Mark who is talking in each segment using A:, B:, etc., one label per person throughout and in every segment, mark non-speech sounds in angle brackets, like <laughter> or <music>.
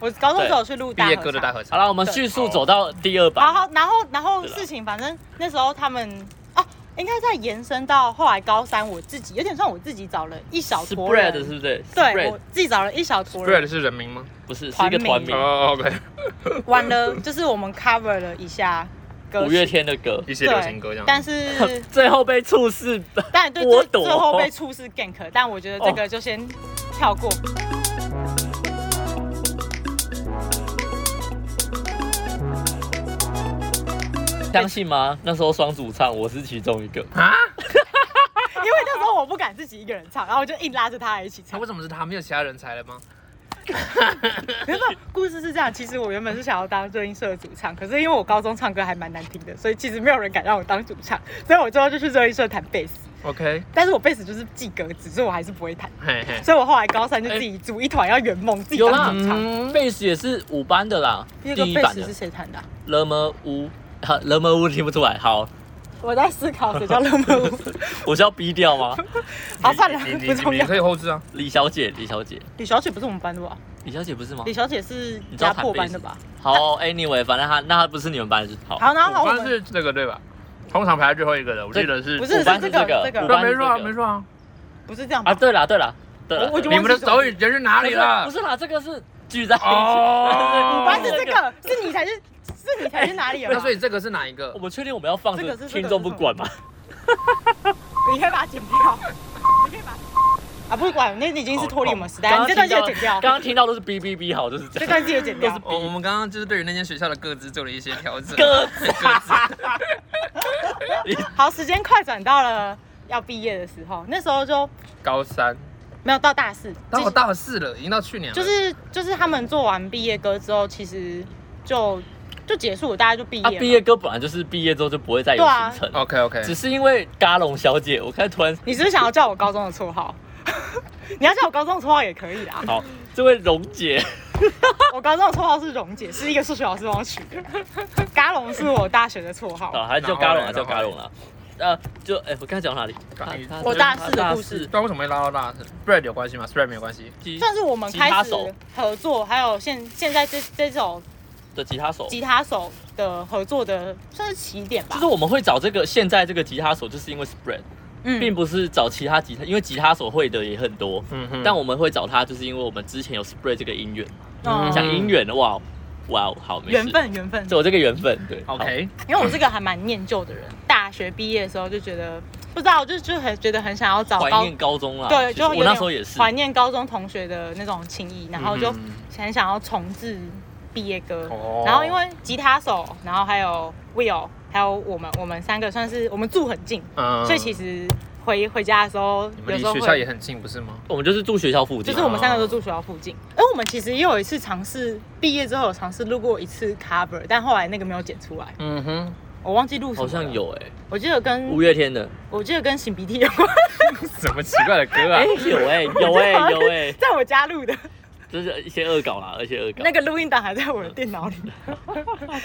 A: 我高中
B: 对
A: 只有去录
B: 毕
A: 大
B: 业
A: 合
B: 歌的
A: 唱
B: 大合唱。
C: 好了，我们迅速走到第二
A: 然
C: 版。
A: 后，然后，然后
B: 是啦
A: 事情，反正那时候他们啊，应该在延伸到后来高三，我自己有点算我自己找了一小坨人
C: ，spread 是不是？
A: 对，我
C: Spread，
A: 自己找了一小坨人，
B: Red 是人名吗？
C: 不是是一
A: 团
C: 个团
A: 名
C: 名，
B: 哦，OK，
A: 完了就是我们 cover 了一下歌
C: 五月
A: 曲
C: 天的歌，
B: <laughs> 一些
A: 对，
B: 流行歌这样。
A: 但是
C: <laughs> 最后被
A: <laughs>
C: 猝死的。
A: 但
B: <laughs>
A: 对
C: 我
A: 最
C: 懂
A: 最后被处是 gank，但我觉得这个就先跳过。
B: 哦
C: 相信吗？那时候双主唱，我是其中一个。
B: 啊？
A: 因为那时候我不敢自己一个人唱，然后我就硬拉着他一起
B: 他
A: 唱
B: 哎为。什么是他？没有其他人才了吗？
A: <laughs> 没有，没有故事是这样。其实我原本是想要当热音社的主唱，可是因为我高中唱歌还蛮难听的，所以其实没有人敢让我当主唱，所以我最后就去热音社弹贝斯。
B: OK，
A: 但是我贝斯就是记格子，所以我还是不会弹。
B: 嘿嘿，
A: 所以我后来高三就自己组一团要圆梦，自己
C: 有啦
A: 当主
B: 哎
A: 唱。
C: 贝斯也是五班的啦，
A: 第
C: 第
A: 二个
C: 一
A: 贝
C: 版
A: 斯是
C: 的。
A: 谁弹的啊、
C: 勒么乌，哈勒么乌听不出来。好，
A: 我在思考谁叫乐梦舞。
C: 我是要逼掉
A: <laughs>
C: 吗？
A: 好，算了
B: 你，你
A: 不重
B: 你你
A: 要。
B: 可以后置啊。
C: 李小姐，李小姐，
A: 李小姐不是我们班的吧？
C: 李小姐不是吗
B: 哦
A: 李？小姐是
C: 你知道
A: 压
C: 弹
A: 迫
C: 贝
A: 班
C: 斯
A: 的吧？
C: 好，anyway，反正她那她不是你们班的，好。
A: 好，然后好
B: 我
A: 我
B: 班
A: 们
B: 是这个对吧？通常排在最后一个的，我记得是。
A: 不是
C: 五班
A: 是
C: 是
A: 这个
C: 这个，
A: 这个
C: 五
B: 对啊，
C: 班
B: 没
C: 是
B: 错啊，
C: 这
B: 没
C: 个
B: 错啊。
A: 不是这样吧
C: 啊，？对啦，对啦，对啦
A: 我。我就
B: 你们的手语人是哪里了
C: 不？是啦，这个是聚在一起。
B: 哦
A: 五班 <laughs> 是这个，是你才是，是你才是哪里人啊
B: 那
A: 吧？
B: 所以这个是哪一个
C: 我？们确定我们要放
A: 这个
C: 着
A: 是这个
C: 听众不管吗？
A: 你可以把它剪掉，你可以把它啊不管，那已经是脱离我们时代，你这段
C: 刚
A: 就
C: 刚
A: 剪
C: 听
A: 掉
C: <laughs> 到，刚，刚听到都是哔哔哔，好，就是
A: 这
C: 这样。
A: 段自己剪
C: 都
A: 掉
C: 是。
B: 哦，我们刚刚就是对于那间学校的各自做了一些调
C: 各
B: 整。各自
A: 好，时间快转到了要毕业的时候，那时候就
B: 高三，
A: 没有到大四，
B: 但我
A: 就是
B: 大四了，已经到去年了。
A: 就是就是他们做完毕业歌之后，其实就就结束了，大家就毕
C: 啊，
A: 业
C: 毕
A: 了。
C: 业歌本来就是毕业之后就不会再有
A: 哦对啊
C: 行程，
B: OK OK，
C: 只是因为嘎龙小姐，我看突
A: <laughs>
C: 然
A: 你是不是想要叫我高中的绰号？ <laughs> 你要叫我高中的绰号也可以
C: <laughs>
A: 啦。
C: 好，这位蓉姐，
A: 我高中的绰号是蓉姐，是一个数学老师帮我取的。嘎龙是我大学的绰号。
C: 啊，还是叫嘎龙啊，叫嘎龙啊。呃，就哎、我刚才讲到哪里？
B: 刚
C: 他
A: 我大四的故事，
B: 但为什么会拉到大四？Spread 有关系吗？Spread 没有关系。
C: 吉
A: 算是我们
C: 吉
A: 开
C: 他
A: 始
C: 手
A: 合作，还有现现在这这首
C: 的吉他手，
A: 吉他手的合作的算是起点吧。
C: 就是我们会找这个现在这个吉他手，就是因为 Spread，、并
A: 嗯，
C: 不是找其他吉他，因为吉他手会的也很多，
B: 嗯哼
C: 但我们会找他，就是因为我们之前有 Spread 这个音源，
A: 嗯
C: 讲音源的哇哇，好没事
A: 缘，分缘分。
C: 这我这个缘分，对好
B: OK，
A: 因为我是个还蛮念旧的人，大学毕业的时候就觉得不知道，就就很觉得很想要找
C: 怀
A: 高
C: 念高中啦，
A: 对，
C: 其实
A: 就有
C: 我那
A: 点
C: 时候也是，
A: 怀念高中同学的那种情谊，然后就
B: 嗯
A: 很想要重置毕业歌。
B: 哦
A: 然后因为吉他手，然后还有 Will，还有我们，我们三个算是我们住很近，
B: 嗯
A: 所以其实回回家的时候
B: 你，
A: 有
B: 们离
A: 时候
B: 学校
A: 会
B: 也很近，不是吗？
C: 我们就是住学校附
A: 就
C: 近
A: 是
C: 啊，
A: 我们三个都住学校附近。哎，我们其实也有一次尝试，毕业之后有尝试录过一次 cover，但后来那个没有剪出来，
B: 嗯哼，
A: 我忘记录什么
C: 好
A: 了
C: 像，有哎、
A: 我记得跟
C: 五月天的，
A: 我记得跟擤鼻涕有
C: <laughs>
A: 关，
B: 什么奇怪的歌啊
C: 哎、？有 <laughs> 哎、有哎、有哎、
A: 在我家录的
C: 就是一些恶搞啦，一些恶搞。
A: 那个录音档还在我的电脑里。
C: 嗯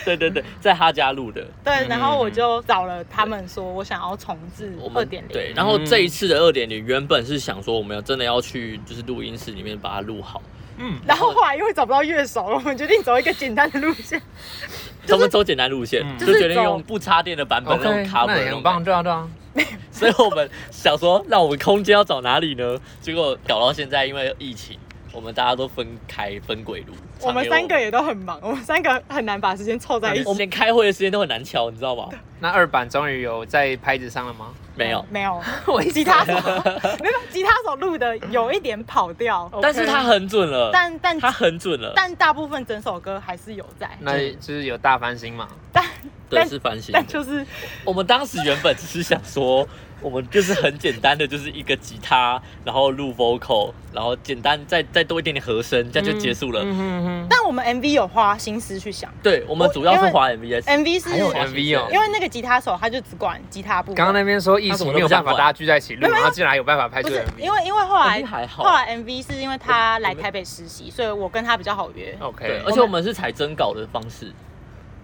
C: 对对对，在他家录的。
A: 对，
B: 嗯
A: 然后我就找了他们说，我想要重置
C: 我
A: 二
C: 们
A: 点零。
C: 对，然后这一次的二点零原本是想说我们要真的要去就是录音室里面把它录好，
B: 嗯，
A: 然后后来因为找不到乐手了，我们决定走一个简单的路线。
C: 咱们走简单路线
B: 嗯，
C: 就决定
A: 就是走
C: 用不插电的版本那种
B: OK，
C: cover
B: 那
C: 那
B: 也
C: 种感
B: 很棒，
C: 觉。
B: 对啊对啊。
C: <laughs> 所以我们想说，那我们空间要找哪里呢？结果搞到现在，因为疫情，我们大家都分开分轨录。
A: 我们三个也都很忙，我们三个很难把时间凑在一
C: 我们
A: 起。
C: 连开会的时间都很难敲，你知道吗？
B: 那二版终于有在拍子上
A: <laughs>
B: 了吗？
C: 没有，
A: 没有，吉他手没有吉他手录的有一点跑调，
C: 但是他很准了，
A: 但但
C: 他很准了，
A: 但大部分整首歌还是有在，
B: 那就是有大翻新嘛。
A: 但
C: 对
A: 但
C: 是翻新的。
A: 但就是
C: 我们当时原本只是想说，我们就是很简单的，就是一个吉他，然后录 vocal，然后简单再再多一点点和声，这样就结束了。
B: 嗯哼哼。
A: 但我们 MV 有花心思去想
C: 对，我们主要是滑 MVS，
A: ，MV 是
B: 还有 MV 哦
A: 因为那个吉他手他就只管吉他部分，
B: 刚刚那边说疫情没有办法大家聚在一起录，
A: 没有
B: 然后竟然有办法拍
A: 不
B: 出
A: 是
B: MV。
A: 因为因为后来
C: MV 还好
A: 后来 MV 是因为
B: 哦
A: 他来台北实习，所以我跟他比较好约。
C: 对，
B: OK，
C: 而且我们是采征稿的方式，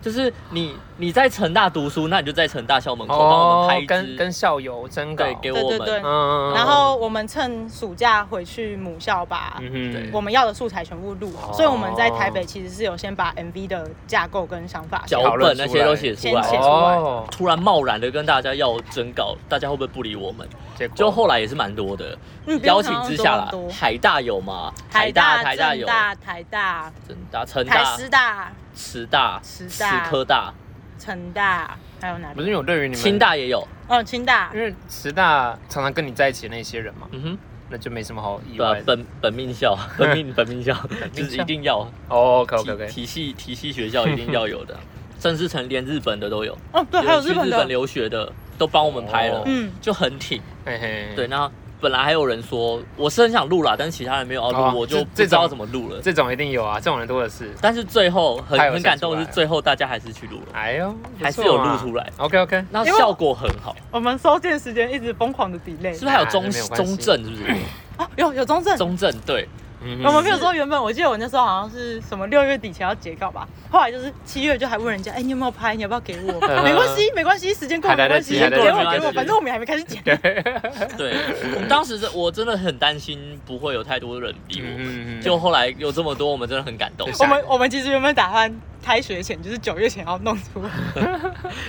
C: 就是你你在成大读书，那你就在成大校门口帮我们
B: 哦
C: 拍一，
B: 跟
C: 支，
B: 跟校友征稿
C: 对，，给
A: 对
C: 我
A: 对对
C: 们，
B: 嗯
A: 然后我们趁暑假回去母校把
B: 嗯哼
C: 对
A: 我们要的素材全部录好，
B: 哦
A: 所以我们在台北其实是有先把 MV 的架构跟想法先
C: 脚本那些都写出
A: 先写
C: 来。
A: 出来
B: 哦，
C: 突然贸然的跟大家要征稿，大家会不会不理我们？
B: 结果
C: 就后来也是蛮多的，
A: 嗯
C: 邀请之下啦
A: 不用想到多，
C: 海大有嘛，
A: 台
C: 大、
A: 大、
C: 台大
A: 政
C: 有，
A: 大、台大、
C: 成大、成
A: 台
C: 大、
A: 师大、
C: 师大、
A: 师
C: 师
A: 大
C: 科大、
A: 成大，还有哪
B: 不
A: 里？
B: 是因为我对于你们
C: 清，大也有，
A: 哦，清大
B: 因。为师大常常跟你在一起的那些人嘛，
C: 嗯哼，
B: 那就没什么好意
C: 对啊
B: 外，的。
C: 本本命
B: <laughs>
C: 校，本命本命校，就是一定要
B: 哦，OK
C: 体
B: OK OK，
C: 体系体系学校一定要
B: <laughs>
C: 有的，甚至成连日本的都有，
A: 哦，对，还有
C: 去
A: 日本
C: 日本
A: 的。
C: 留学的都帮我们拍了
B: 哦，
A: 嗯，
C: 就很挺。
B: 嘿嘿，
C: 对，，那本来还有人说我是很想录啦，但是其他人没有要
B: 哦
C: 录，我就
B: 这
C: 不
B: 这
C: 知道
B: 种
C: 怎么录了。
B: 这种一定有啊，这种人多的是。
C: 但是最后很
B: 他有
C: 很
B: 先
C: 感
B: 出
C: 动，
B: 来
C: 是最后大家还是去录了，
B: 哎呦，
C: 还是有录出来，
B: OK OK，
C: 那
A: 因为
C: 效果很好，
A: 我们收件时间一直疯狂的 delay
C: 是不是还有
B: 啊
C: 中
B: 那没有关系
C: 中正是不是？
B: <laughs>
A: 啊，有有中正，
C: 中正对，
B: 嗯
A: 我们没有说原本，我记得我那时候好像是什么六月底前要截稿吧，后来就是七月就还问人家，哎、你有没有拍？你要不要给
C: <laughs>
A: 我？
B: 嗯
A: 没关系，没关系，时间过了
B: 还
A: 没
B: 来
A: 关
B: 得
A: 系，
B: 及
A: 给我给
C: 还来得及还来
A: 我，
C: 得及
A: 反正我们也还没开始剪。
B: 嗯
C: 对，我当时是我真的很担心不会有太多人理我们， <laughs>
B: 嗯
C: 就后来有这么多，我们真的很感动，
A: 我们我们其实原本打算开学前，就是九月前要弄出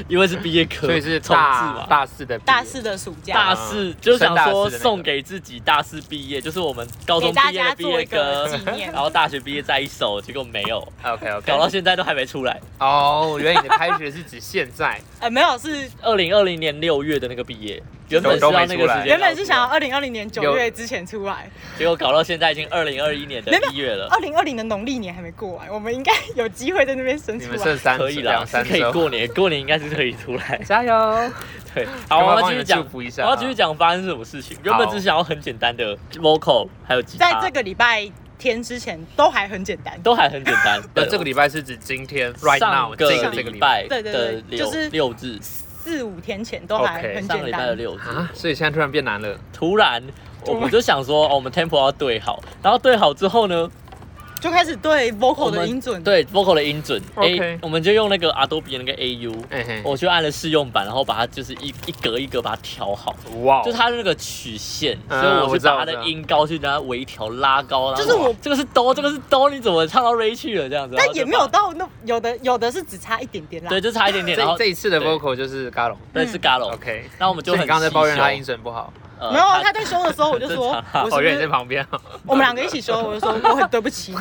C: 因为是毕业科，
B: 所以是
C: 重置
B: 大
C: 嘛。
B: 大四的毕业
A: 大四的暑假，
C: 大四就想说
B: 升大四的那个
C: 送给自己大四毕业，就是我们高
A: 给
C: 中
A: 大
C: 毕业
A: 家
C: 的毕
A: 做
C: 业
A: 一个
C: 歌，
A: 纪念
C: <laughs> 然。后大学毕业再一首，结果没有，
B: OK OK，
C: 搞到现在都还没出来。
B: 哦，原来你的开学是指现
A: <laughs>
B: 在，
A: 呃，没有，是
C: 二零二零年六月的那个毕业，原本是
B: 都
C: 要那
B: 没
C: 个
B: 出来
C: 时间，
A: 原本是想要，二零二零年九月之前出来，
C: 结果搞到现在已经二零二一年的
A: 没有哦
C: 一月了，
A: 二零二零的农历年还没过完，我们应该有机会在那边生
B: 你
A: 出
B: 们
A: 来
B: 剩。三
C: 可以啦，
B: 两
C: 是
B: 三
C: 可以
B: 周，
C: 过年，过年应该是可以出来。
B: 加
C: <laughs>
B: 油！ <laughs>
C: 对，好，我要继续
B: 帮你们
C: 讲
B: 祝，福一
C: 我
B: 下啊，
C: 要继续讲发生什么事情。原本只想要很简单的 vocal，还有吉
A: 在
C: 他，
A: 这个礼拜天之前都还很简单，
C: 都还很简
B: <laughs>
C: 单。
B: 呃。
C: 对，
B: 这个礼拜是指今天，right
C: 上
B: now，这
C: 个
B: 个这个
C: 礼
B: 礼
C: 拜
A: 对对
C: 的
A: 对
C: 六
A: 就是
C: 六日，
A: 四五天前都还
B: OK，
A: 很
C: 上个
A: 简
C: 礼拜的
A: 单。
C: 六日，
B: 啊，所以现在突然变难了，
C: 突然我们就想说，哦，我们 tempo 要对好，然后对好之后呢，
A: 就开始对 vocal
C: 我
A: 的
C: 们
A: 音准，
C: 对 vocal 的音准
B: OK
C: ，A，我们就用那个 Adobe 的那个 AU，
B: 嘿嘿，
C: 我去按了试用版，然后把它就是一一格一格把它调好。
B: 哇哦
C: 就它那个曲线，
B: 嗯
C: 所以我
B: 我
C: 去
B: 知道
C: 把它
B: 我知
C: 的
B: 道
C: 音高去给它微调拉高，然后
A: 就是我
C: 这个是哆，这个是哆，你怎么唱到 Ray 去了这样子？然
A: 但
C: 后
A: 也
C: 就
A: 没有
C: 把
A: 到那有的有的是只差一点点啦。
C: 对，就差一点点。然
B: 这
C: 后
B: 这一次的
C: 对
B: vocal 就是嘎龙
C: 对是 Garo，
B: ，OK，
C: 那
B: <laughs>
C: 我们就
B: 所以
C: 很
B: 你刚才在抱怨他
C: 细
B: 音准不好，
C: 修，呃
A: 没有啊他在修的时候，我就
C: <laughs>
A: 说，
C: 正常
A: 我是
B: 哦，
A: 不
B: 原来你在
A: 是
B: 旁边啊，
A: 我们两个一起修，我就说我很对不
B: <laughs>
A: 起你。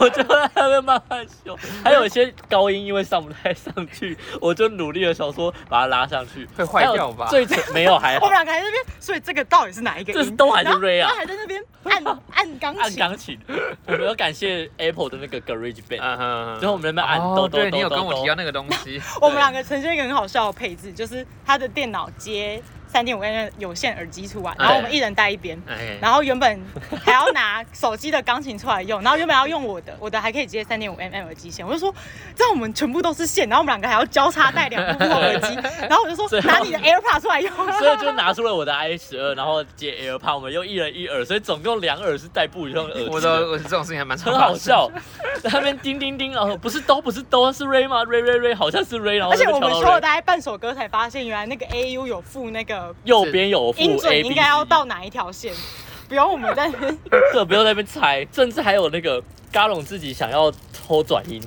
C: 我就在那边慢慢修，还有一些高音因为上不太上去，我就努力的想说把它拉上去，
B: 会坏掉吧
C: 还
B: <laughs>
C: 有最蠢没有还
A: 我
C: 好
A: 们，两个还在那边，所以这个到底是哪一个音？
C: 这是东海是
A: 然后
C: Ray
A: 然
C: 啊
A: 后还在那边
C: <laughs>
A: 按按钢
C: 按
A: 琴，
C: 钢琴。我们要感谢 Apple 的那个 Garage Band，
B: <laughs> 嗯哼，
C: 最后我们在那边按
B: 哦
C: 哆哆
B: 对你
C: 哆
B: 有跟
C: 哆
B: 我提
C: 哆
B: 到。那个东 <laughs> 西，
A: 我们两个呈现一个很好笑的配置，就是他的电脑接三点五 N 的有线耳机出来，然后我们一人带一边。
B: 哎，
A: 然后原本还要拿手机的钢琴出来用，然后原本要用我的，我的还可以接三点五 mm 耳机线，我就说这样我们全部都是线，然后我们两个还要交叉戴两部耳机，然后我就说
C: 最后
A: 拿你的 AirPod 出来用，
C: 所以就拿出了我的 i 十二，然后接 AirPod，我们又一人一耳，所以总共两耳是戴不一样的耳
B: 我
C: 机
B: 的
C: 的。
B: 我这种事情还蛮常
C: 很
B: 发
C: 好
B: 生 <laughs>
C: 笑，在那边叮叮叮，然后不是都不是都是 Ray 吗？Ray Ray Ray 好像是 Ray，然后
A: 而且
C: 就
A: 我们
C: 调
A: 说
C: 到
A: 了
C: Ray
A: 大概半首歌才发现，原来那个 AU 有附那个
C: 右边有副
A: 音
C: A
A: 准
C: B，
A: 应该要到哪一条线，不用我们在那边
C: <laughs> 这不用在那边猜，甚至还有那个嘎龙自己想要偷转
A: <laughs>
C: 音，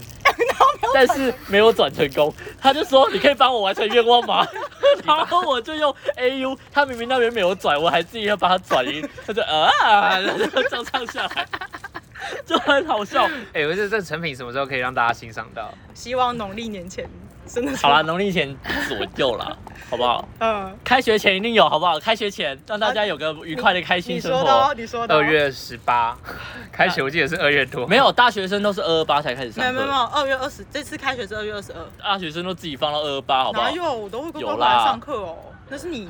C: 但是没有转成功，他就说你可以帮我完成愿望吗？ <laughs> 然后我就用 A U，他明明那边没有转，我还自己要把它转音，他就啊， <laughs> 然后就这样唱下来， <laughs> 就很
A: <laughs>
C: 好笑。
B: 哎、我觉得这成品什么时候可以让大家欣赏到？
A: <laughs> 希望农历年前真的是
C: 好啦，农历前左右啦，好不好？
A: 嗯，
C: 开学前一定有，好不好？开学前让大家有个愉快的开心
A: 你
C: 生
A: 说
C: 活。
A: 的哦，你说的哦
B: 二月十八开学，我记得是二月多。
C: 没有，大学生都是二二八才开始上
A: 没
C: 课，
A: 有没有没有，二月二十，这次开学是二月二十二。
C: 大学生都自己放到二二八，好不好
A: 哪？有？我都会乖乖
C: 有
A: 过来
C: 啦
A: 上课哦。那是你，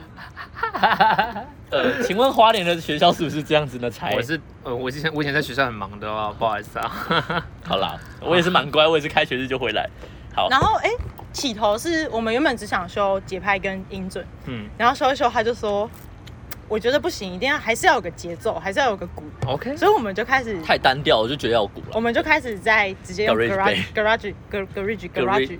C: 呃，请问花莲的学校是不是这样子的才？
B: 我是呃，我之前我以前在学校很忙的哦，不好意思啊。
C: 好啦，我也是蛮乖，我也是开学日就回来。好，
A: 然后哎、起头是我们原本只想修节拍跟音准，
B: <laughs> 嗯，
A: 然后修一修，他就说。我觉得不行，一定要还是要有个节奏，还是要有个鼓，
B: OK，
A: 所以我们就开始，
C: 太单调，我就觉得要鼓了。
A: 我们就开始在直接用 garage
C: Garage
A: garage gar- garage
C: garage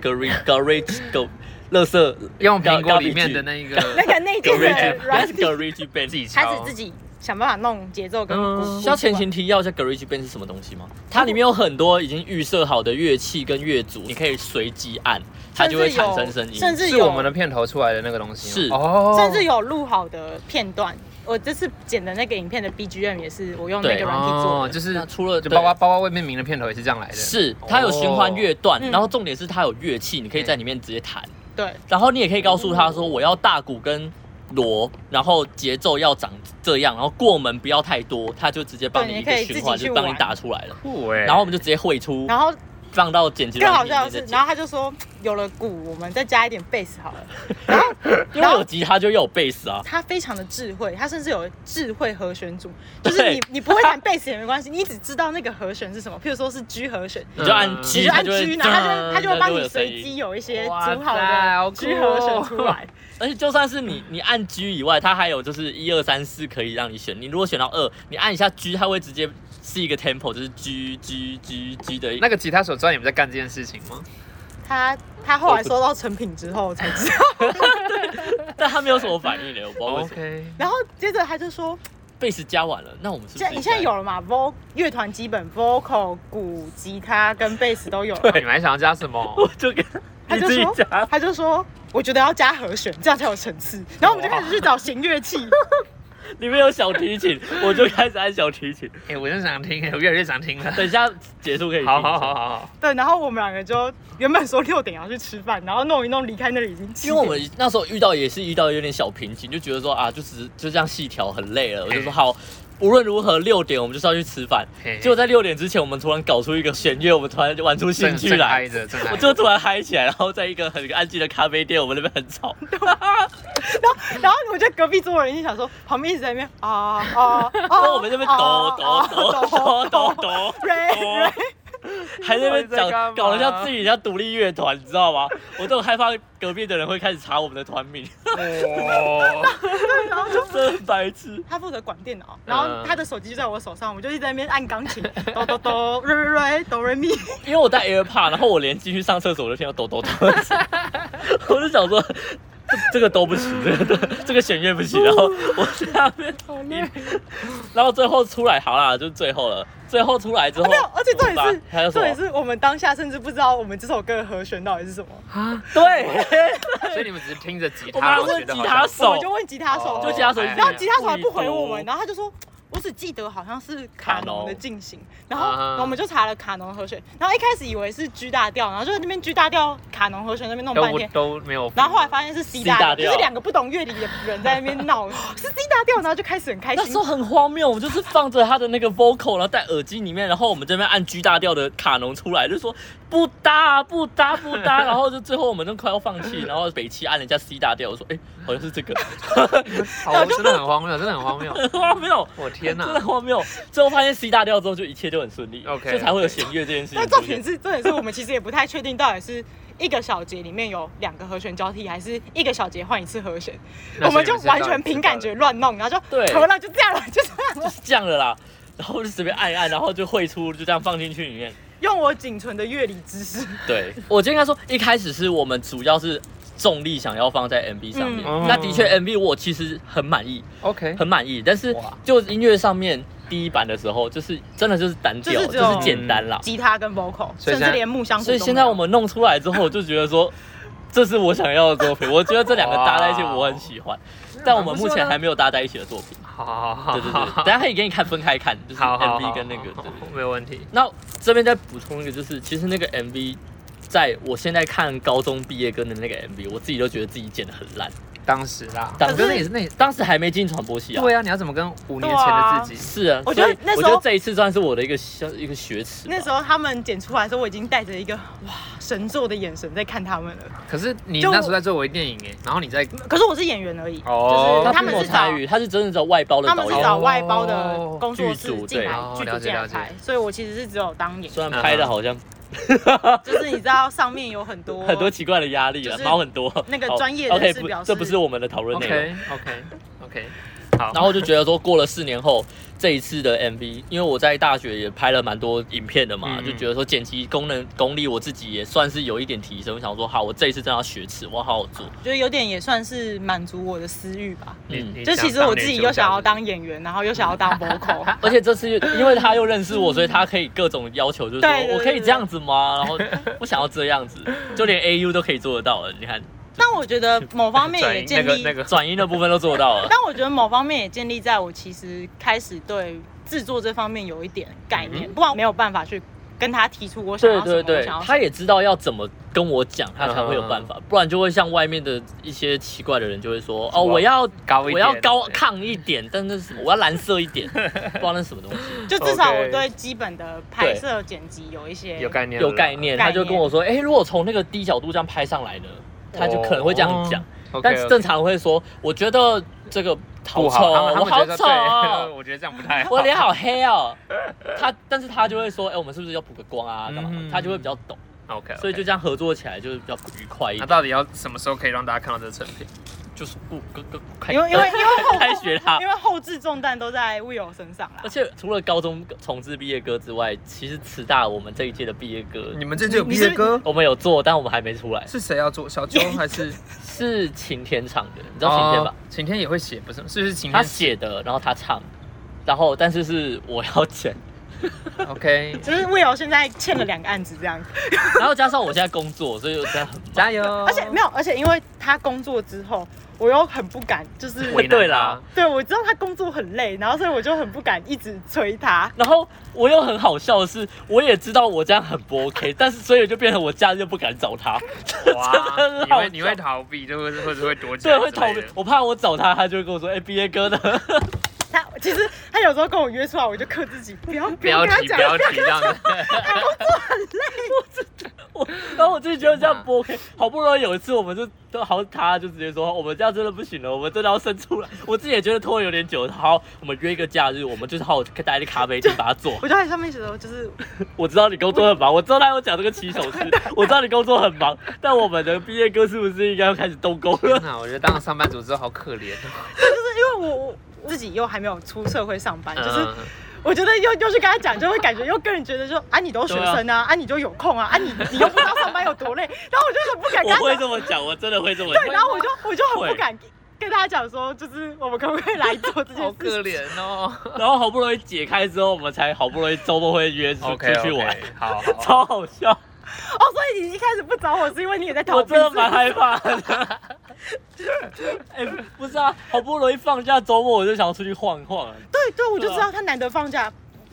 A: garage
C: garage <laughs> garage go，乐色
B: 用苹果里面的那一个
A: 那个内建的
C: garage
A: 软
C: band
A: 体，
C: garage
B: 自
C: band。
B: 己
A: 开始
B: 敲
A: 自己想办法弄节奏跟鼓。
B: 嗯
A: 鼓
C: 要前情提要一下 garage band 是什么东西吗？它里面有很多已经预设好的乐器跟乐组，你可以随机按，它就会产生声音。
A: 甚至
B: 是
A: 有
B: 我们的片头出来的那个东西吗，
C: 是
B: 哦，
A: 甚至有录好的片段。我这次剪的那个影片的 BGM 也是我用那
C: 对
A: 个软体做
B: 哦，
A: 的。
B: 就是
C: 那除了
B: 就
C: 对
B: 包括包括未命名的片头也是这样来的，
C: 是它有循环乐段
A: 哦，
C: 然后重点是它有乐器，你可以在里面直接弹。
A: 对，
C: 然后你也可以告诉他说，我要大鼓跟锣，然后节奏要长这样，然后过门不要太多，他就直接帮
A: 对
C: 你
A: 你
C: 一
A: 可以
C: 个循环
A: 自己去
C: 就帮你
A: 玩
C: 打出来了。
B: 酷哎，
C: 然后我们就直接汇出，
A: 然后
C: 放到剪辑
A: 更
C: 软
A: 好
C: 体
A: 笑的
C: 里
A: 是
C: 面，再
A: 然后他就说有了鼓，我们再加一点贝斯好了。
C: <laughs> 剪，因为有吉他就有贝斯啊。
A: 他非常的智慧，他甚至有智慧和弦组，就
C: 对
A: 是你你不会弹贝斯也没关系，你只知道那个和弦是什么，譬如说是 G 和弦，
C: 你就按
B: 嗯
A: 你
C: G，
A: 就
C: 它
A: 按
C: 就会
A: G，然后他就会他就会帮
C: 会
A: 你
C: 有声
A: 随
C: 音
A: 机有一些
B: 哇
A: 组好
B: 塞好
A: 的
B: 酷哦
A: G 和弦出来。
C: 而且就算是你你按 G 以外，它还有就是一二三四可以让你选。你如果选到二，你按一下 G，它会直接是一个 tempo，就是 G G G G 的一
B: 那个吉他手知道你们在干这件事情吗？
A: 他他后来收到成品之后才知道，
C: 但它没有什么反哦应的，我不知道为什
A: 哦
C: 么。
B: OK，
A: 然后接着他就
C: <laughs>
A: 说
C: 贝斯加完了，那我们是不
A: 现
C: 是
A: 在你现在
C: 应该
A: 有了嘛？Vo 乐团基本 vocal、鼓、吉他跟贝斯都有了。
B: 你们还想要加什 <laughs> 么？
C: 我就给
A: 他
C: 你
A: 就
C: 自己
A: 说
C: 加，，
A: 他就说，我觉得要加和弦，这样才有层次。然后我们就开始去找弦乐器，
C: 里面有小提琴，我就开始按小提琴。
B: 哎，我就想听，我越来越想听
C: <laughs>
B: 了。
C: 等一下结束可以。
B: 好好好，好好，
A: <laughs> 对。然后我们两个就原本说六点要去吃饭，然后弄一弄离开那里已经七
C: 因
A: 点
C: 为我们那时候遇到也是遇到有点小瓶颈，就觉得说啊，就只是就这样细条很累了，我就说好。无论如何，六点我们就是要去吃饭。
B: 嘿
C: 结果在六点之前，我们突然搞出一个弦乐，我们突然就玩出兴
B: 正
C: 趣
B: 正
C: 来
B: 嗨。着，正嗨着
C: <laughs> 我就突然嗨起来，然后在一个很安静的咖啡店，我们那边很吵。
A: <laughs> 然后然后我觉得隔壁桌的人就想说，旁边一直在那边啊啊
C: 然
A: 啊，
C: 后我们那边抖抖
A: 哦 <laughs>
C: 抖抖哦抖抖。
A: 瑞瑞，
C: 还在那边
B: 到底在干嘛
C: 讲，搞得像自己像独立乐团，你知道
A: <laughs>
C: 吗？我都很害怕隔壁的人会开始查我们的团名，
B: 哇， <laughs>
A: 然后就。
C: 真的很白痴。
A: 他负责管电脑，然
C: 嗯
A: 后他的手机就在我手上，我就一直在那边按钢
C: <laughs>
A: 琴，哆哆哆，瑞瑞瑞，哆瑞咪，
C: 因为我戴 AirPod，然后我连进去上厕所我就听到抖抖抖，
A: <laughs>
C: 我就想说。这这个都不行，这个都这个弦乐不行，
A: <laughs>
C: 然后我在那边，
A: 好累。
C: 然后最后出来，好啦，就最后了。最后出来之
A: <laughs>
C: 后
A: 哦没有，，而且重点
C: 我
A: 是
C: 把还有，什
A: 重点
C: 么？
A: 是我们当下甚至不知道我们这首歌的和弦到底是什么，
C: 对，
B: 啊所以你们只是听着吉
C: 我们
B: 他，
C: 还
B: 然后觉
C: 问
B: 得
C: 吉
B: 好
C: 他
B: 像
A: 我
C: 手
A: 们，就问吉他手，
B: 哦
C: 就吉他手一直，
B: 哎
A: 然后吉他手也不回我
C: 一
A: 们，
C: 直
A: 然后他就说。我只记得好像是卡农的进行，然后
B: 啊
A: 然后我们就查了卡农和弦，然后一开始以为是 G 大调，然后就在那边 G 大调卡农和弦那边弄半
B: 哦都
A: 天，
B: 都没有。
A: 然后后来发现是 C 大
C: C
A: 调，
C: 大
A: 就
C: 调
A: 是两个不懂乐理的人在那边闹，是 C 大调，然后就开始很开
C: 那时
A: 心
C: 候，很荒谬，我们就是放着他的那个 vocal，然后戴耳机里面，然后我们这边按 G 大调的卡农出来，就说不搭不搭不
A: <laughs>
C: 搭，然后就最后我们都快要放弃，然后北七按了一下 C 大调，我说哎、好像是
A: <laughs>
C: 这个，
B: 好，真的很荒谬，真的很荒谬。
C: 很荒谬。
B: 我天
C: 真的
B: 哪！
C: 荒谬！最后发现 C 大调之后，就一切就很顺利
B: OK
C: 就才会有弦乐这件事情
A: 但
C: 出
A: 重
C: 现
A: 点。是，重点是我们其实也不太确定到底是一个小节里面有两个和弦交替，还是一个小节换一次和弦，
B: 那
A: 我们
B: 所
A: 就
B: 以你
A: 完
B: 知道
A: 全凭感觉。乱弄，然后就
C: 对
A: 合了就 <laughs> 这样了，就这样了。
C: 就是这样了啦，然后就随便按一按，然后就汇出，就这样放进去里面。
A: 用我仅存的乐理知识，
C: 对，我就应该说，一开始是我们主要是重力想要放在 MV 上面，
B: 嗯
C: 那的确 MV 我其实很满意，
B: OK，
C: 很满意。但是
B: 哇
C: 就音乐上面第一版的时候，就是真的就是单调，
A: 就是只
C: 就
A: 有
C: 是简单啦。
A: 吉他跟 vocal，
B: 所
A: 甚
B: 以现在
A: 至连木箱鼓都
C: 所
A: 没
C: 以
A: 有。
C: 现在我们弄出来之后，我就觉得
B: <laughs>
C: 说，这是我想要的作品。我觉得这两个搭在一起我很喜欢，但我们目前还没有搭在一起的作品。
B: 好好好，
C: 对对对，等一下可以给你看分开看，就是
B: 好好
C: MV 跟那个。对对对
B: 没有问题。
C: 那这边再补充一个，就是其实那个 MV，在我现在看高中毕业歌的那个 MV，我自己都觉得自己剪得很烂。
B: 当时啦，
C: 当
B: 当
C: 时
B: 时那也是那
C: 当时还没进传播系啊。
B: 对啊，你要怎么跟五年前的自己？
C: 是啊，
A: 我觉得
C: 所以
A: 那时候
C: 我觉得这一次算是我的一个小一个学耻吧。
A: 那时候他们剪出来的时候，我已经带着一个哇神作的眼神在看他们了。
B: 可是你
A: 就
B: 那时候在做微电影哎，然后你在
A: 可是我是演员而已，
B: 哦
A: 就是
C: 他
A: 他
C: 并
A: 们
C: 没有
A: 是找
C: 参与，他是真的找外包的
A: 他
C: 导
A: 们是
C: 演，
A: 找外包的工作
C: 剧
A: 室
C: 组
A: 进来
B: 对
A: 剧
B: 哦
A: 组
B: 了解
A: 进来
B: 了解
A: 拍，所以我其实是只有当演员
C: 虽。然拍的好像
A: <laughs> 嗯就是你知道上面有很
B: <laughs>
A: 多
C: 很多奇怪的压力
A: 就
C: 了，
A: 是
C: 毛很多。
A: 那个
C: 好
A: 专业人士
C: OK，
A: 表
C: 不，
A: 示
C: 这不是我们的讨论内容。
B: OK OK OK，好，
C: 然后我就觉得说，过了四年后，这一次的 MV，因为我在大学也拍了蛮多影片的嘛，
B: 嗯嗯
C: 就觉得说剪辑功能功力我自己也算是有一点提升。我想说，好，我这一次真的要学吃，我要好好做。
A: 觉得有点也算是满足我的私欲吧。
B: 你
C: 嗯
B: 你
A: 就
B: 想
A: 其实我
B: 当
A: 自
B: 年
A: 己
B: 主
A: 又想
B: 角
A: 要当演员，然后又想要
B: <laughs>
A: 当 vocal，
C: 而且这次因为他又认识我，所以他可以各种要求，就是
A: 对对
C: 说
A: 对
C: 我可以这样子吗？然后我想要这样子，就连 AU 都可以做得到了。你看，
A: 但我觉得某方面
B: 转
A: 也
B: 移
A: 建立
B: 那个那个
C: 转音的部分都做到了。
A: <laughs> 但我觉得某方面也建立在我其实开始对制作这方面有一点概
B: 嗯
A: 念，不然没有办法去跟他提出我想
C: 对
A: 要什么，
C: 对
A: 我
C: 对
A: 想要，什
C: 他
A: 么。
C: 也知道要怎么跟我讲，他才会有办法，不然就会像外面的一些奇怪的人就会嗯 <laughs> 说，哦，我要
B: 高一
C: 我要
B: 点
C: 高
B: 对
C: 亢一点，但那是什么？我要蓝色一点，不知道那是什么东西。
A: 就至少我
B: OK
A: 对基本的拍摄剪辑有一些
B: 有概念
C: <laughs>
B: 了
C: 有
B: 啦
C: 概念，
A: 概
C: 他
A: 念
C: 就跟我说，哎、如果从那个低角度这样拍上来呢，他就可能会这样讲。
B: 哦，OK，
C: 但是正常人会说，我觉得这个好
B: 不
C: 丑
B: 好，
C: 哦，
B: 他
C: 我
B: 们他
C: 好
B: 们觉得
C: 丑哦
B: 对
C: <laughs>
B: <laughs> 我觉得这样不太好。
C: 我脸好黑哦。他，但是他就会说，哎、我们是不是要补个光啊？干嘛的
B: 嗯？
C: 他就会比较懂，
B: OK，
C: 所以就这样合作起来就是比较愉快一
B: 那
C: 点。
B: 到底要什么时候可以让大家看到这个成品？
C: 就是不不不，不
A: 因为因为
B: <laughs>
A: 因为后
C: <laughs> 开学啦
A: 因。为后置重担都在 Will 身上啊啦
C: 而。且除了高中重置毕业歌之外，其实慈大我们这一届的毕业歌，
B: 你们这届有
A: 你
B: 毕
A: 是
B: 业歌
C: 我们有做，但我们还没出来，
B: 是谁要做？小秋还是
C: 是晴天唱的， <laughs> 你知道晴天吧？？
B: 哦晴天也会写，不是？是不是晴
C: 他
B: 天
C: 写的，然后他唱，然后但是是我要
B: <laughs>
C: 剪， <laughs>
B: ？OK，
A: 就是 Will 现在欠了两个案子这样，
B: 嗯
C: 然后加上我现在工作，所以我现在很忙
B: 加油！
A: 而且没有，而且因为他工作之后，我又很不敢，就是
B: 为难
C: 对啦
B: 他，
A: 对我知道他工作很累，然后所以我就很不敢一直催他。
C: 然后我又很好笑的是，我也知道我这样很不
B: <laughs>
C: OK，但是所以就变成我假日就不敢找他，真的
B: 哇，
C: 很
B: 你
C: 好
B: 会你会逃避，就会或者会躲起来
C: 对，会
B: 之
C: 逃
B: 类
C: 避
B: 的，
C: 我怕我找他，他就会跟我说，哎、毕业歌呢？
A: 他其实他有时候跟我约出来，我就克自己，不要
B: 不
A: 不
B: 要
A: 跟他
B: 提，
A: 讲
B: 不，要提这样子。
C: 我， <laughs> 然后我自己觉得这
A: 啊
C: 样不 OK，好不容易有一次，我们就都好像他就直接说，我们这样真的不行了，我们真的要生出来。 <laughs> 我自己也觉得拖有点久，好，我们约一个假日，我们就是好好待在咖啡厅把它做。 <laughs>
A: 我就在上面写的，就是
C: 我知道你工作很忙，我知道他有讲这个起手式，
A: <laughs>
C: 我知道你工作很忙，但我们的毕业歌是不是应该要开始动工
A: <laughs>
C: 了？
B: 那我觉得当上班族之后好可怜哦。
A: 就是因为我我自己又还没有出社会上
B: 嗯
A: 班，就是我觉得又又去跟他讲，就会感觉又跟人觉得说啊，你都学生啊，啊你就有空啊，啊你你又不知道上班有多累，然后我就很不敢跟
C: 我
A: 他
C: 会
A: 讲，
C: 这么讲，我真的会这么
A: 对，然
C: 讲。
A: 后我就我就很不敢跟他讲说，就是我们可不可以来做这件
B: <laughs> 好
A: 事
B: 可
A: 情。
B: 怜哦。
A: <laughs>
C: 然后好不容易解开之后，我们才好不容易周末会约出
B: OK，
C: 出去玩，
B: 好好好。
C: 超好笑，
A: 哦，所以你一开始不找 <laughs> 我是因为你也在逃
C: 我
A: 避，
C: 真的蛮害怕的。 <laughs> 哎、不是啊，好不容易放假周末，我就想要出去晃一晃、啊，
A: 对对，我就知道他难得放假，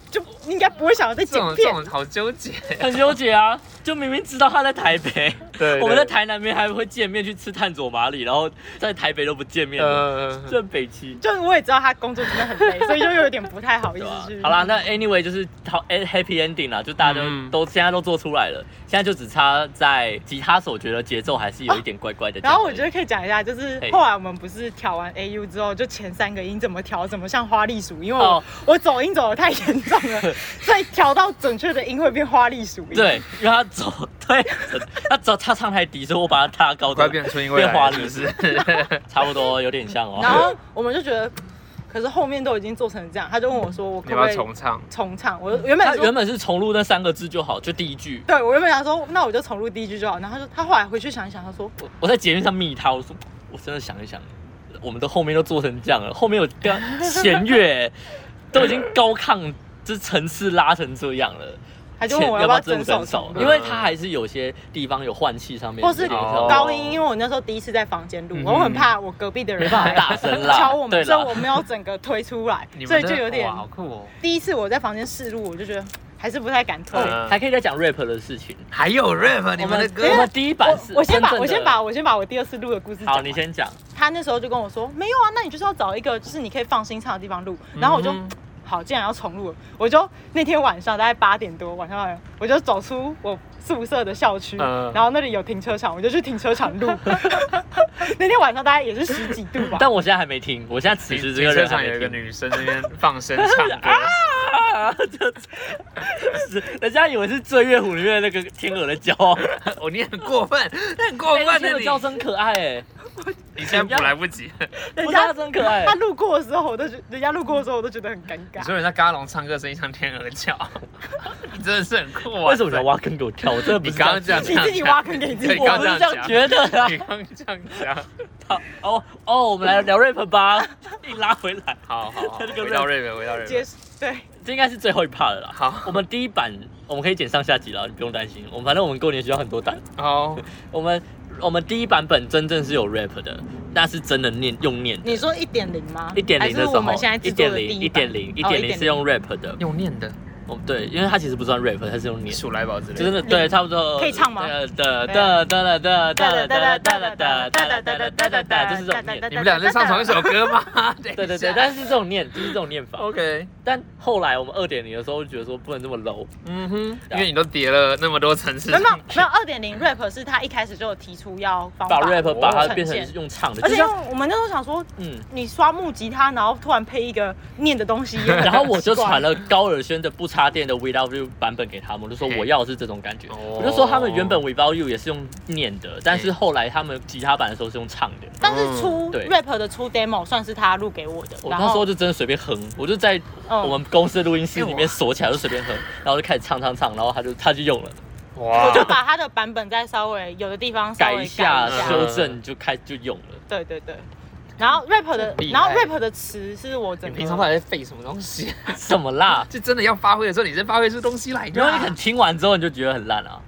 A: 就应该不会想要再
B: 这
A: 剪
B: 种这
A: 片。
B: 种好纠结。
C: 很纠结啊。就明明知道他在台北，<laughs>
B: 对
C: 我们在。台南边还会见面去吃炭佐麻里，然后在台北都不见面了，
B: 呃，
C: 这、北齐。
A: 就我也知道他工作真的很累，所以就有点不太好意
C: 对
A: 思
C: 吧
A: 去。？
C: 好啦，那 anyway 就是好 eh, happy ending 啦，就大家都、
B: 嗯
C: 都现在都做出来了，现在就只差在吉他手觉得节奏还是有一点怪怪的、
A: 啊 <laughs> 然后我觉得可以讲一下，就是
C: 嘿
A: 后来我们不是调完 A U 之后，就前三个音怎么调怎么像花栗鼠，因为我、
C: 哦
A: 我走音走的太严重了，所以调到准确的音会变花栗鼠音。
C: 对，因为他走对，他走他唱太低，所以我把他拉高的
B: 快，变春英未来
C: 变花
B: 了
C: 栗
B: 是不是？
A: <laughs>
C: 差不多有点像哦。
A: 然后我们就觉得，可是后面都已经做成这样，他就问我说，我
B: 你
A: 可不
B: 要不
A: 可
B: 要
A: 以
B: 重唱？
A: 重唱？我原本
C: 他
A: 说
C: 原本是重录那三个字就好，就第一句。
A: 对我原本想说，那我就重录第一句就好。然后他就他后来回去想一想，他说
C: 我我在节目上密他，我说我真的想一想，我们都后面都做成这样了，后面有跟弦乐都已经高亢，这层次拉成这样了。
A: 他就问
C: <laughs>
A: 我
C: 要
A: 不要
C: 真
A: 整首重录
C: 因为它还是有些地方有换气上面，
A: 或是
B: 哦
A: 高音，因为我那时候第一次在房间录，
B: 嗯
A: 我很怕我隔壁的人
C: 没办法大声啦
A: <laughs> 敲我们，
C: 对啦
A: 所以我没有整个推出来
B: 你，们
A: 所以
B: 的
A: 就有点
B: 哇好酷哦。
A: 第一次我在房间试录，我就觉得还是不太敢推。
B: 嗯
C: 还可以再讲 rap 的事情。
B: 还有 rap 啊你们的
A: 哎
B: 歌
C: 我们第一版是
A: 我我先把
C: 真正的
A: 我先把我先把我第二次录的故事讲
C: 好，
A: 完。
C: 你先讲。
A: 他那时候就跟我说，没有啊，那你就是要找一个就是你可以放心唱的地方录。然后我就、
B: 嗯
A: 好，既然要重录了，我就那天晚上大概八点多，晚上八点我就走出我宿舍的校区，
B: 嗯
A: 然后那里有停车场，我就去停车场
C: <laughs>
A: 录。那天晚上大概也是十几度吧。
C: 但我现在还没听，我现在此时这个
B: 车
C: 人还
B: 上有
C: 没
B: 一个
C: 听。
A: <laughs>
C: <laughs>
B: 女生在那边放声唱歌，
C: 啊，就是人家以为是《醉月湖》里面那个天鹅的骄傲，
B: 哦，你很过分，你很过
C: 哎那
B: 分
C: 天
B: 的
C: 鹅
B: 你，
C: 叫声可爱哎，
B: 你现在补来不及。
A: 人
C: 不是
A: 家
C: 它真可爱
A: 他，路过的时候，我都觉人家路过的时候，我都觉得很尴
B: 你
A: 尬。
B: 说人家嘎龙唱歌声音像天鹅叫， <laughs> 你真的是很酷啊！
C: 为什么你要挖坑给我跳？我真的不
B: 你
C: 是
B: 刚刚这样
A: 你
B: 讲，
A: 自己挖坑给你自己
B: 对
A: 挖
B: 你
C: 我
B: 刚
C: 不是
B: 刚这
C: 这
B: 样
C: 样觉得啊
B: 你。刚刚这样讲，
C: 好哦哦，我们来聊 rap 吧，硬拉回来，
B: 好好
C: <laughs>
B: 好，
C: 这个
B: 回到瑞文，回到瑞
A: 结
B: 文，
A: 束对，
C: 这应该是最后一 part 了啦。
B: 好
C: 我们第一版我们可以剪上下集了，你不用担心。我们反正我们过年学校很多单，
B: 好，
C: 我们我们第一版本真正是有 rap 的，那是真的念用念的。
A: 你说一点零吗？
C: 一点
A: 还
C: 零的
A: 是
C: 时候，
A: 我们现在
C: 一
A: 制作
C: 点
A: 的第
C: 零一
A: 一
C: 点零一
A: 版
C: 点零是用 rap 的，
B: 用念的，
C: 哦对，因为它其实不算 rap，它是用念。
B: 数来宝之类
C: 就真
B: 的，
C: 的对，差不多
A: 可以唱吗
C: 呃哒哒哒哒哒哒哒哒哒哒哒哒哒哒哒哒，就是这种念。
B: 你们俩在唱同一首歌
C: <laughs>
B: 吗？
C: 对对对，
B: 但
C: 但是这种念就是这种念法。
B: OK，
C: 但后来我们二点零的时候，就觉得说不能这么 low，
B: 嗯哼，因为你都叠了那么多层次
A: 没，有没有二点零 rap 是他一开始就有提出要方
C: 把
A: 法
C: rap
B: 哦
C: 把它
A: 呈
C: 变成
A: 现
C: 是用唱的，
A: 而
C: 就
A: 且因
C: 像
A: 为我们那时候想说，
C: 嗯。
A: 你刷木吉他，然后突然配一个念的东西，
C: <laughs> 然
A: 然
C: 后我就传了高尔宣的不插电的 Without You 版本给他们，我就说我要的是这种感觉。
B: 哦
C: 我就说他们原本 Without You 也是用念的，但是后来他们吉他版的时候是用唱的。
A: 但是
C: 嗯
A: 出
C: 对
A: rap 的出 demo 算是他录给我的，
C: 我
A: 然
C: 那时候
A: 后
C: 就真的随便哼，我就在
A: 嗯
C: 我们公司的录音室里面锁起来，我就随便哼， <laughs> 然后就开始唱唱唱，然后他就他就用了，
A: 嗯我
B: <laughs> 哇
A: 就把他的版本再稍微有的地方稍微
C: 改
A: 改
C: 一
A: 一
C: 下
A: 下，
C: 修正就开就用了。 <laughs>
A: 对对对。然后 rap 的，
B: 厉害
A: 然后 rap 的词是我整
B: 你
A: 个
B: 平常到底在废什么东西？
C: 什么 <laughs> 啦？
B: <laughs> 就真的要发挥的时候，你是发挥出东西来的
C: 因为你
B: 啊。
C: 可能听完之后你就觉得很烂啊，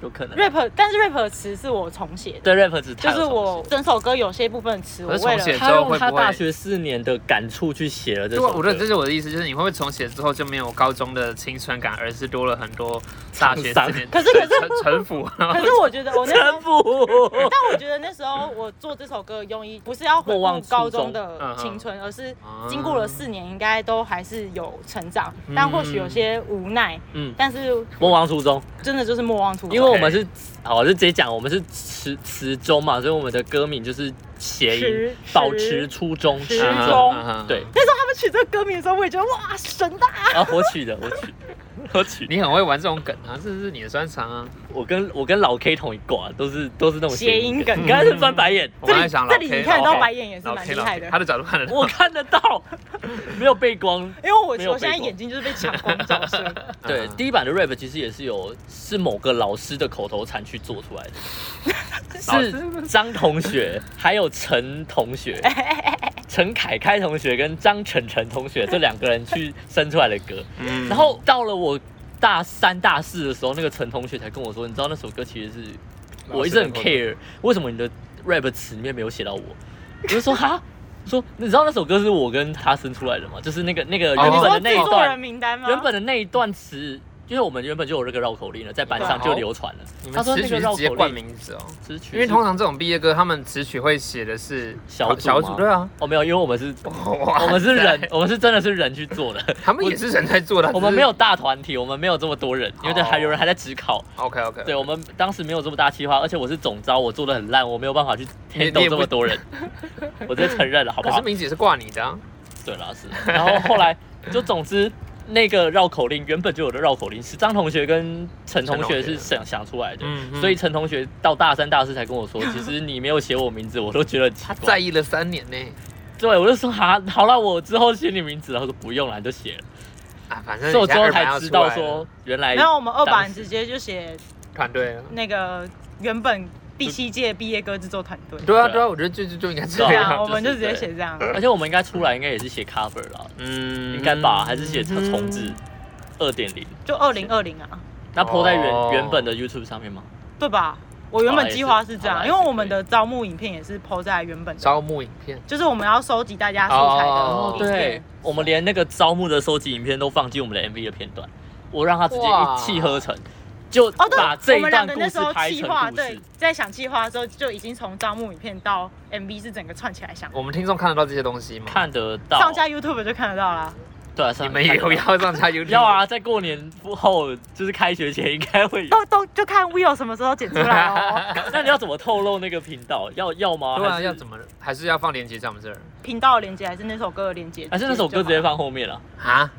C: 有可能啊。
A: rap，但是 rap 的词是我重写的，
C: 对 rap 只
A: 就是我整首歌有些部分的词，我
B: 可是
A: 为
B: 重写
A: 了
C: 他用他大学四年的感触去写了这
B: 对，
C: 首
B: 我
C: 歌。
B: 我觉得这是我的意思，就是你会不会重写之后就没有高中的青春感，而是多了很多大学四年
A: 可是可是
B: 城城府，
A: 可是我觉得我那时候
C: 臣 <laughs> 服。
A: 但我觉得那时候我做这首歌的用意，不是要回
C: 莫忘
A: 顾
C: 初
A: 高中
C: 衷
A: 的青春，而是
B: 啊
A: 经过了四年，应该都还是有成长，但或许有些无奈，
C: 嗯，
A: 但是
C: 莫忘初衷，
A: 真的就是莫忘初衷。
C: 因为我们是，好，我就直接讲，我们是词词中嘛，所以我们的歌名就是谐音
A: 持，
C: 保持初衷，
A: 持
C: 初
A: 嗯
C: 衷。
A: 中
B: 嗯
C: 对，
A: 那时候他们取这个歌名的时候，我也觉得哇，神大！
C: 啊，我取的，我 <laughs> 取，我取。
B: <laughs> 你很会玩这种梗啊，这是你的专长啊。
C: 我跟我跟老 K 同一挂，都是都是那种
A: 谐音梗嗯
C: 你刚才是翻白眼，
B: 我
A: 这
B: 刚才
A: 里
B: 想
A: 这里你看得到白眼也是
B: 老
A: 蛮
B: K
A: 厉
B: 老
A: 害
B: K，
A: 的
B: 他，的角度看得
C: 我
B: 到。
C: 看
A: <laughs>
C: 得到，没有背光。
A: 因为我
C: 没有
A: 我现在
C: 背过
A: 眼睛就是被抢光照 <laughs> 射。
C: 对，第一版的 rap 其实也是有是某个老师的口头禅去做出来的，
B: 老
C: 是张
A: <laughs>
C: 同学还有陈同学、陈凯凯同学跟张晨晨同学这两个人去生出来的歌。
B: 嗯
C: 然后到了我大三大四的时候，那个陈同学才跟我说，你知道那首歌其实是我一直很 care，为什么你的 rap 词里面没有写到我？我就说哈。说，你知道那首歌是我跟他生出来的吗？就是那个那个原
B: 哦
A: 你
C: 本
A: 说
C: 的那
A: 制
C: 一
A: 作
C: 段，
A: 人名单吗？
C: 原本的那一段词，因为我们原本就有这个绕口令了，在班上就流传了。
B: 哦你
C: 他
B: 们
C: 说
B: 词
C: 那
B: 曲
C: 个
B: 是
C: 绕
B: 直接
C: 口
B: 冠
C: 令
B: 名字哦，
C: 词曲是，
B: 因为通常这种毕业歌，他们词曲会写的是
C: 小组
B: 小
C: 吗
B: 组，对啊，
C: 哦没有，因为我们是 <laughs>
B: 我
C: 我们是人，，我们是真的是人去做
B: <laughs>
C: 的，
B: 他们也是哦人在做的，
C: 我们没有大团体，我们没有这么多人，因为还有人还在职考，
B: OK OK，
C: 对我们当时没有这么大计划，而且我是总招，我做的很烂，我没有办法去
B: 你也不
C: handle 这么多
B: <laughs>
C: 人，我直接承认了，好不
B: 可是
C: 好？
B: 名字也是挂你的啊，
C: 对啦，是。然后后来就总之。那个绕口令原本就有的绕口令是张同学跟陈同学是想想出来的，
B: 嗯嗯
C: 所以陈同学到大三大四才跟我说，其实你没有写我名字，我都觉得很奇
B: 他在
C: 怪。
B: 意了三年呢，
C: 对，我就说好，好了，我之后写你名字，然后说不用了，你就写了。
B: 啊，反
C: 所
B: 正
C: 以我之后
B: 人家
C: 才
B: 二班
C: 知
B: 要出
C: 道
B: 来了
C: 说，原来
A: 然后我们二
C: 当
A: 版
C: 时
A: 直接就写
B: 团队啊。
A: 那个原本第七届毕业歌制作团队。
B: 对啊，
C: 对啊
B: 对啊，我觉得就就就应该这
C: 对啊
A: 对
B: 样。
A: 啊，我们就直接
C: 就是
A: 写这样。
C: 而且我们应该出来应该也是写 cover 啦，
B: 嗯
C: 应该吧？还是写重重置二点零？
A: 就二零二零啊，
C: 那 po 在原、
B: 哦
C: 原本的 YouTube 上面吗？
A: 对吧？我原本计划是这
C: 好啦
A: 样，
C: 也是
A: 因为我们的招募影片也是 PO 在原本的，
B: 招募影片，
A: 就是我们要收集大家素材
B: 哦
A: 的影
C: 对
A: 片。，
C: 我们连那个招募的收集影片都放进我们的 MV 的片段，我让他直接
B: 哇
C: 一气呵成，就
A: 哦，对
C: 把这，
A: 我
C: 一
A: 们两
C: 段
A: 个
C: 故
A: 那时
C: 事
A: 候
C: 拍
A: 计
C: 成
A: 划，
C: 故
A: 对
C: 事。，
A: 在想计划的时候就已经从招募影片到 MV 是整个串起来想，
B: 我们听众看得到这些东西吗？
C: 看得到，
A: 上架 YouTube 就看得到啦。
C: 对啊，上
B: 你们也有要上架 YouTube？
C: 要啊，在过年后就是开学前应该会
A: <laughs>
C: 有。
A: 都都就看 Will 什么时候剪出来
C: <laughs>
A: 哦。
C: 那你要怎么透露那个频道？要要吗？
B: 对啊，
C: 还是
B: 要怎么？还是要放链接在我们这儿
A: 频道的连接还是那首歌的连接？
C: 还是那首歌直接放后
B: <laughs>
C: 面了？
B: 啊？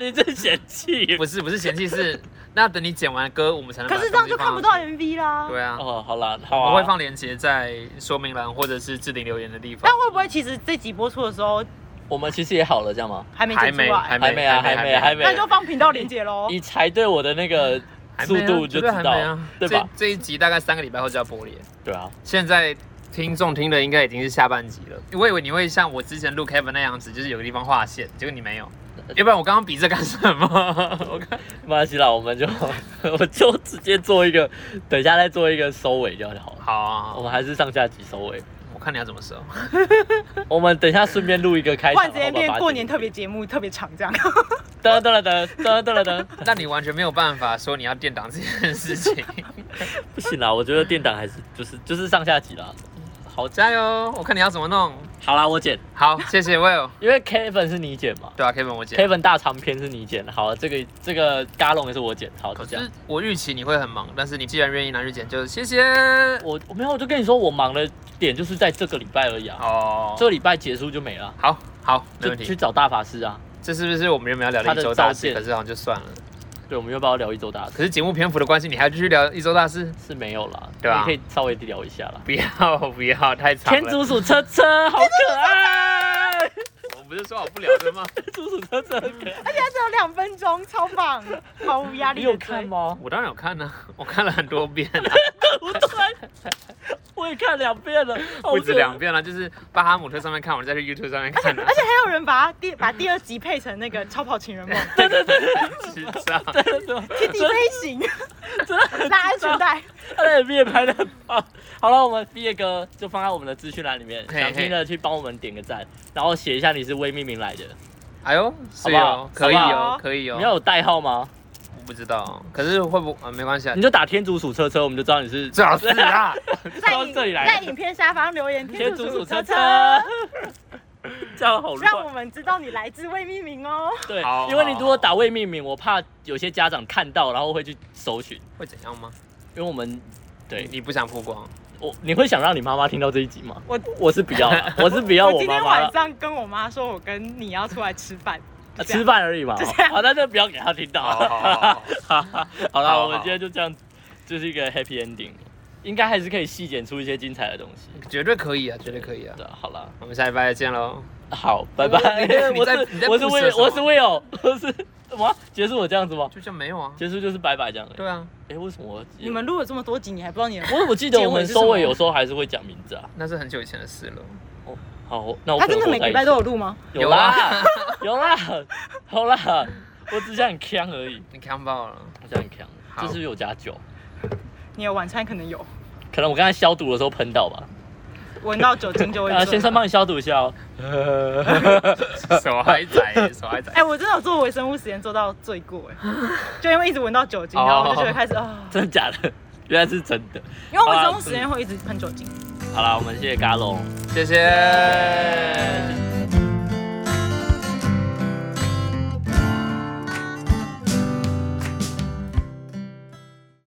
C: 你真嫌弃。
B: 不是不是嫌弃是，那等你剪完歌，我们才能。
A: 可是这样就看不到。MV 啦。
B: 对啊，
C: 哦，好啦，好
B: 我
C: 啊，
B: 们会放链接在说明栏或者是置顶留言的地方
A: 但。会不会其实这集播出的时候
C: 我们其实也好了，这样吗？
A: 还没
B: 还
A: 剪出
B: 没，
A: 来？
C: 还没啊，还没，还没
A: 那。就放频道连接喽。
C: 你才对我的那个
A: 嗯
C: 啊速度就知
B: 还没
C: 道
B: 啊，
C: 对吧？
B: 这这一集大概三个礼拜后就要播了耶。
C: 对啊，
B: 现在听众听的应该已经是下半集了。我以为你会像我之前录 Kevin 那样子，就是有个地方划线，结果你没有。要不然我刚刚比这干什么？ <laughs> 我看
C: 没关系啦，我们就 <laughs> 我就直接做一个，等一下再做一个收尾就好了。
B: 好啊，好
C: 我
B: 啊
C: 们还是上下集收尾，
B: 我看你要怎么收。 <laughs>
C: 我们等一下顺便录一个开
A: 不
C: 场，
A: 然直接
C: 好吧
A: 变
C: 把
A: 过年特别节目特别长
C: <laughs>
A: 这样。
C: 噔噔噔噔噔噔噔，
B: 那你完全没有办法说你要垫档这件事情。 <laughs>
C: 不行啦，我觉得电档还是就是就是上下集啦。
B: 好，加油！我看你要怎么弄。
C: 好啦，我剪，
B: 好，谢谢 Will。
C: 因为 Kevin 是你剪嘛
B: 对啊，Kevin 我姐。
C: ，Kevin 大长篇是你剪，好，这个这个嘎龙也是我剪，好，就
B: 可
C: 这样
B: 是。我预期你会很忙，但是你既然愿意拿去剪，就谢谢。
C: 我我没有，我就跟你说，我忙的点就是在这个礼拜而已啊，
B: 哦，
C: 这个礼拜结束就没了，
B: 好好，没
C: 就
B: 问
C: 去
B: 题。
C: 找大法师啊。
B: 这是不是我们原本要聊的一周
C: 他
B: 大事？
C: 的照片
B: 可是好像就算了。
C: 对，我们又不要聊一周大事，
B: 可是节目篇幅的关系，你还要继续聊一周大事？
C: 是没有啦，
B: 对啊
C: 你可以稍微聊一下
B: <laughs>
C: 啦。
B: 不要不要，太长了。
C: 天竺鼠车车好可 <laughs> 爱，
B: 我不是说好不聊的吗？ <laughs>
C: 天竺鼠车车很可爱，
A: 它只有两分钟，超棒，毫无压
C: 啊你 <laughs>
A: 力。
C: 有看？吗？
B: 我当然有看呢、我看了很多遍、
C: <laughs>
B: 啊，
C: 我突然，我也看两遍
B: <laughs>
C: 了，哦好
B: 不止
C: 可
B: 两遍了、啊就是巴哈姆特上面看，我再去 YouTube 上面看、啊
A: 而，且还有人把它第把第二集配成那个《超跑情
C: <laughs>
A: 人梦》
B: <laughs> 知道。
A: 天地飞行，
C: 真的很
A: 拉安全
C: <laughs>
A: 带。
C: 他的 MV 也拍的很棒。好了，我们毕业歌就放在我们的资讯栏里面，
B: 嘿
C: 想听的去帮我们点个赞，然后写一下你是微命名来的。
B: 哎呦，是
C: 不好
B: 哦，可以
C: 好
A: 不
B: 哦
A: 好，
B: 可以
C: 你
B: 哦。
C: 要有代号吗？
B: 我不知道，可是会不啊？没关系啊
C: 你，就打天竺鼠车车，我们就知道你是
B: 最好是啊。
A: 在
C: 到
A: 影
C: 这里来
A: 在影片下方留言
C: 天
A: 天
C: 竺
A: 竺
C: 鼠
A: 鼠车
C: 车车
A: 车，。
C: <laughs> 这样好
A: 让我
C: 乱，
A: 们知道你来自未命名哦。
C: 对
B: 好，
C: 因为你如果打未命名，我怕有些家长看到，然后会去搜寻，
B: 会怎样吗？
C: 因为我们
B: 你
A: 嗯
C: 对
B: 你不想曝光？
C: 我你会想让你妈妈听到这一集吗？
A: 我
C: 我
A: <laughs>
C: 是不要啦，我是不要
A: 我
C: 我
A: 今
C: 妈
A: 天
C: 妈啦
A: 晚，上跟我妈说，我跟你要出来吃
C: <laughs>
A: 饭，
C: 啊
A: 就这样
C: 吃饭而已嘛哦
A: 就这，样
C: 好，那就不要给她听到。
B: 哦好好好好，
C: 好
B: 好
C: 了，
B: 好
C: 我们今天就这样，就是一个 happy ending，应该还是可以细剪出一些精彩的东西。
B: <laughs> 绝对可以啊，绝对可以啊。
C: 对，好了，
B: 我们下礼拜再见喽。
C: 好，拜拜。<laughs>
B: 你
C: 我
B: 在你
C: 是
B: 在
C: 我是
B: boost
C: Will，
B: 什么
C: 我是 Will，我是什么？结束我这样子吗？
B: 就这样没有啊？
C: 结束就是拜拜这样而已。
B: 对啊，
C: 哎，为什么我
A: 你们录了这么多集，你还不知道你
C: <laughs>
A: 的？
C: 我我记得我们
A: 结尾是什么
C: 收尾有时候还是会讲名字啊。
B: 那是很久以前的事了。
C: 哦，好，那我
A: 他真的
C: 可能
A: 每个
C: 活在
A: 礼拜都有
C: 一起
A: 录吗？
B: 有
C: 有啦， <laughs> 有啦，好啦，我只想很呛而已，
B: 你看爆了，
C: 我只想很呛。
B: 好
C: 这是不是有加酒？
A: 你的晚餐可能有
C: 可能我刚才消毒的时候喷到吧。
A: 闻到酒精
C: <laughs>
A: 就会
C: 啊，
A: 醉
C: 先生帮你消毒一下哦。
B: <laughs>
C: <laughs>
B: 手还仔，手还仔
A: 哎、。我真的有做微生物实验做到醉过
C: <laughs>
A: 哎，就因为一直闻到酒
C: 哦
A: 精，然后我就觉得开始啊、
C: 真的假的？原来是真的。
A: 因为微生物实验会一直喷酒精。
C: 好啦，我们谢谢嘎龙。
B: 谢谢。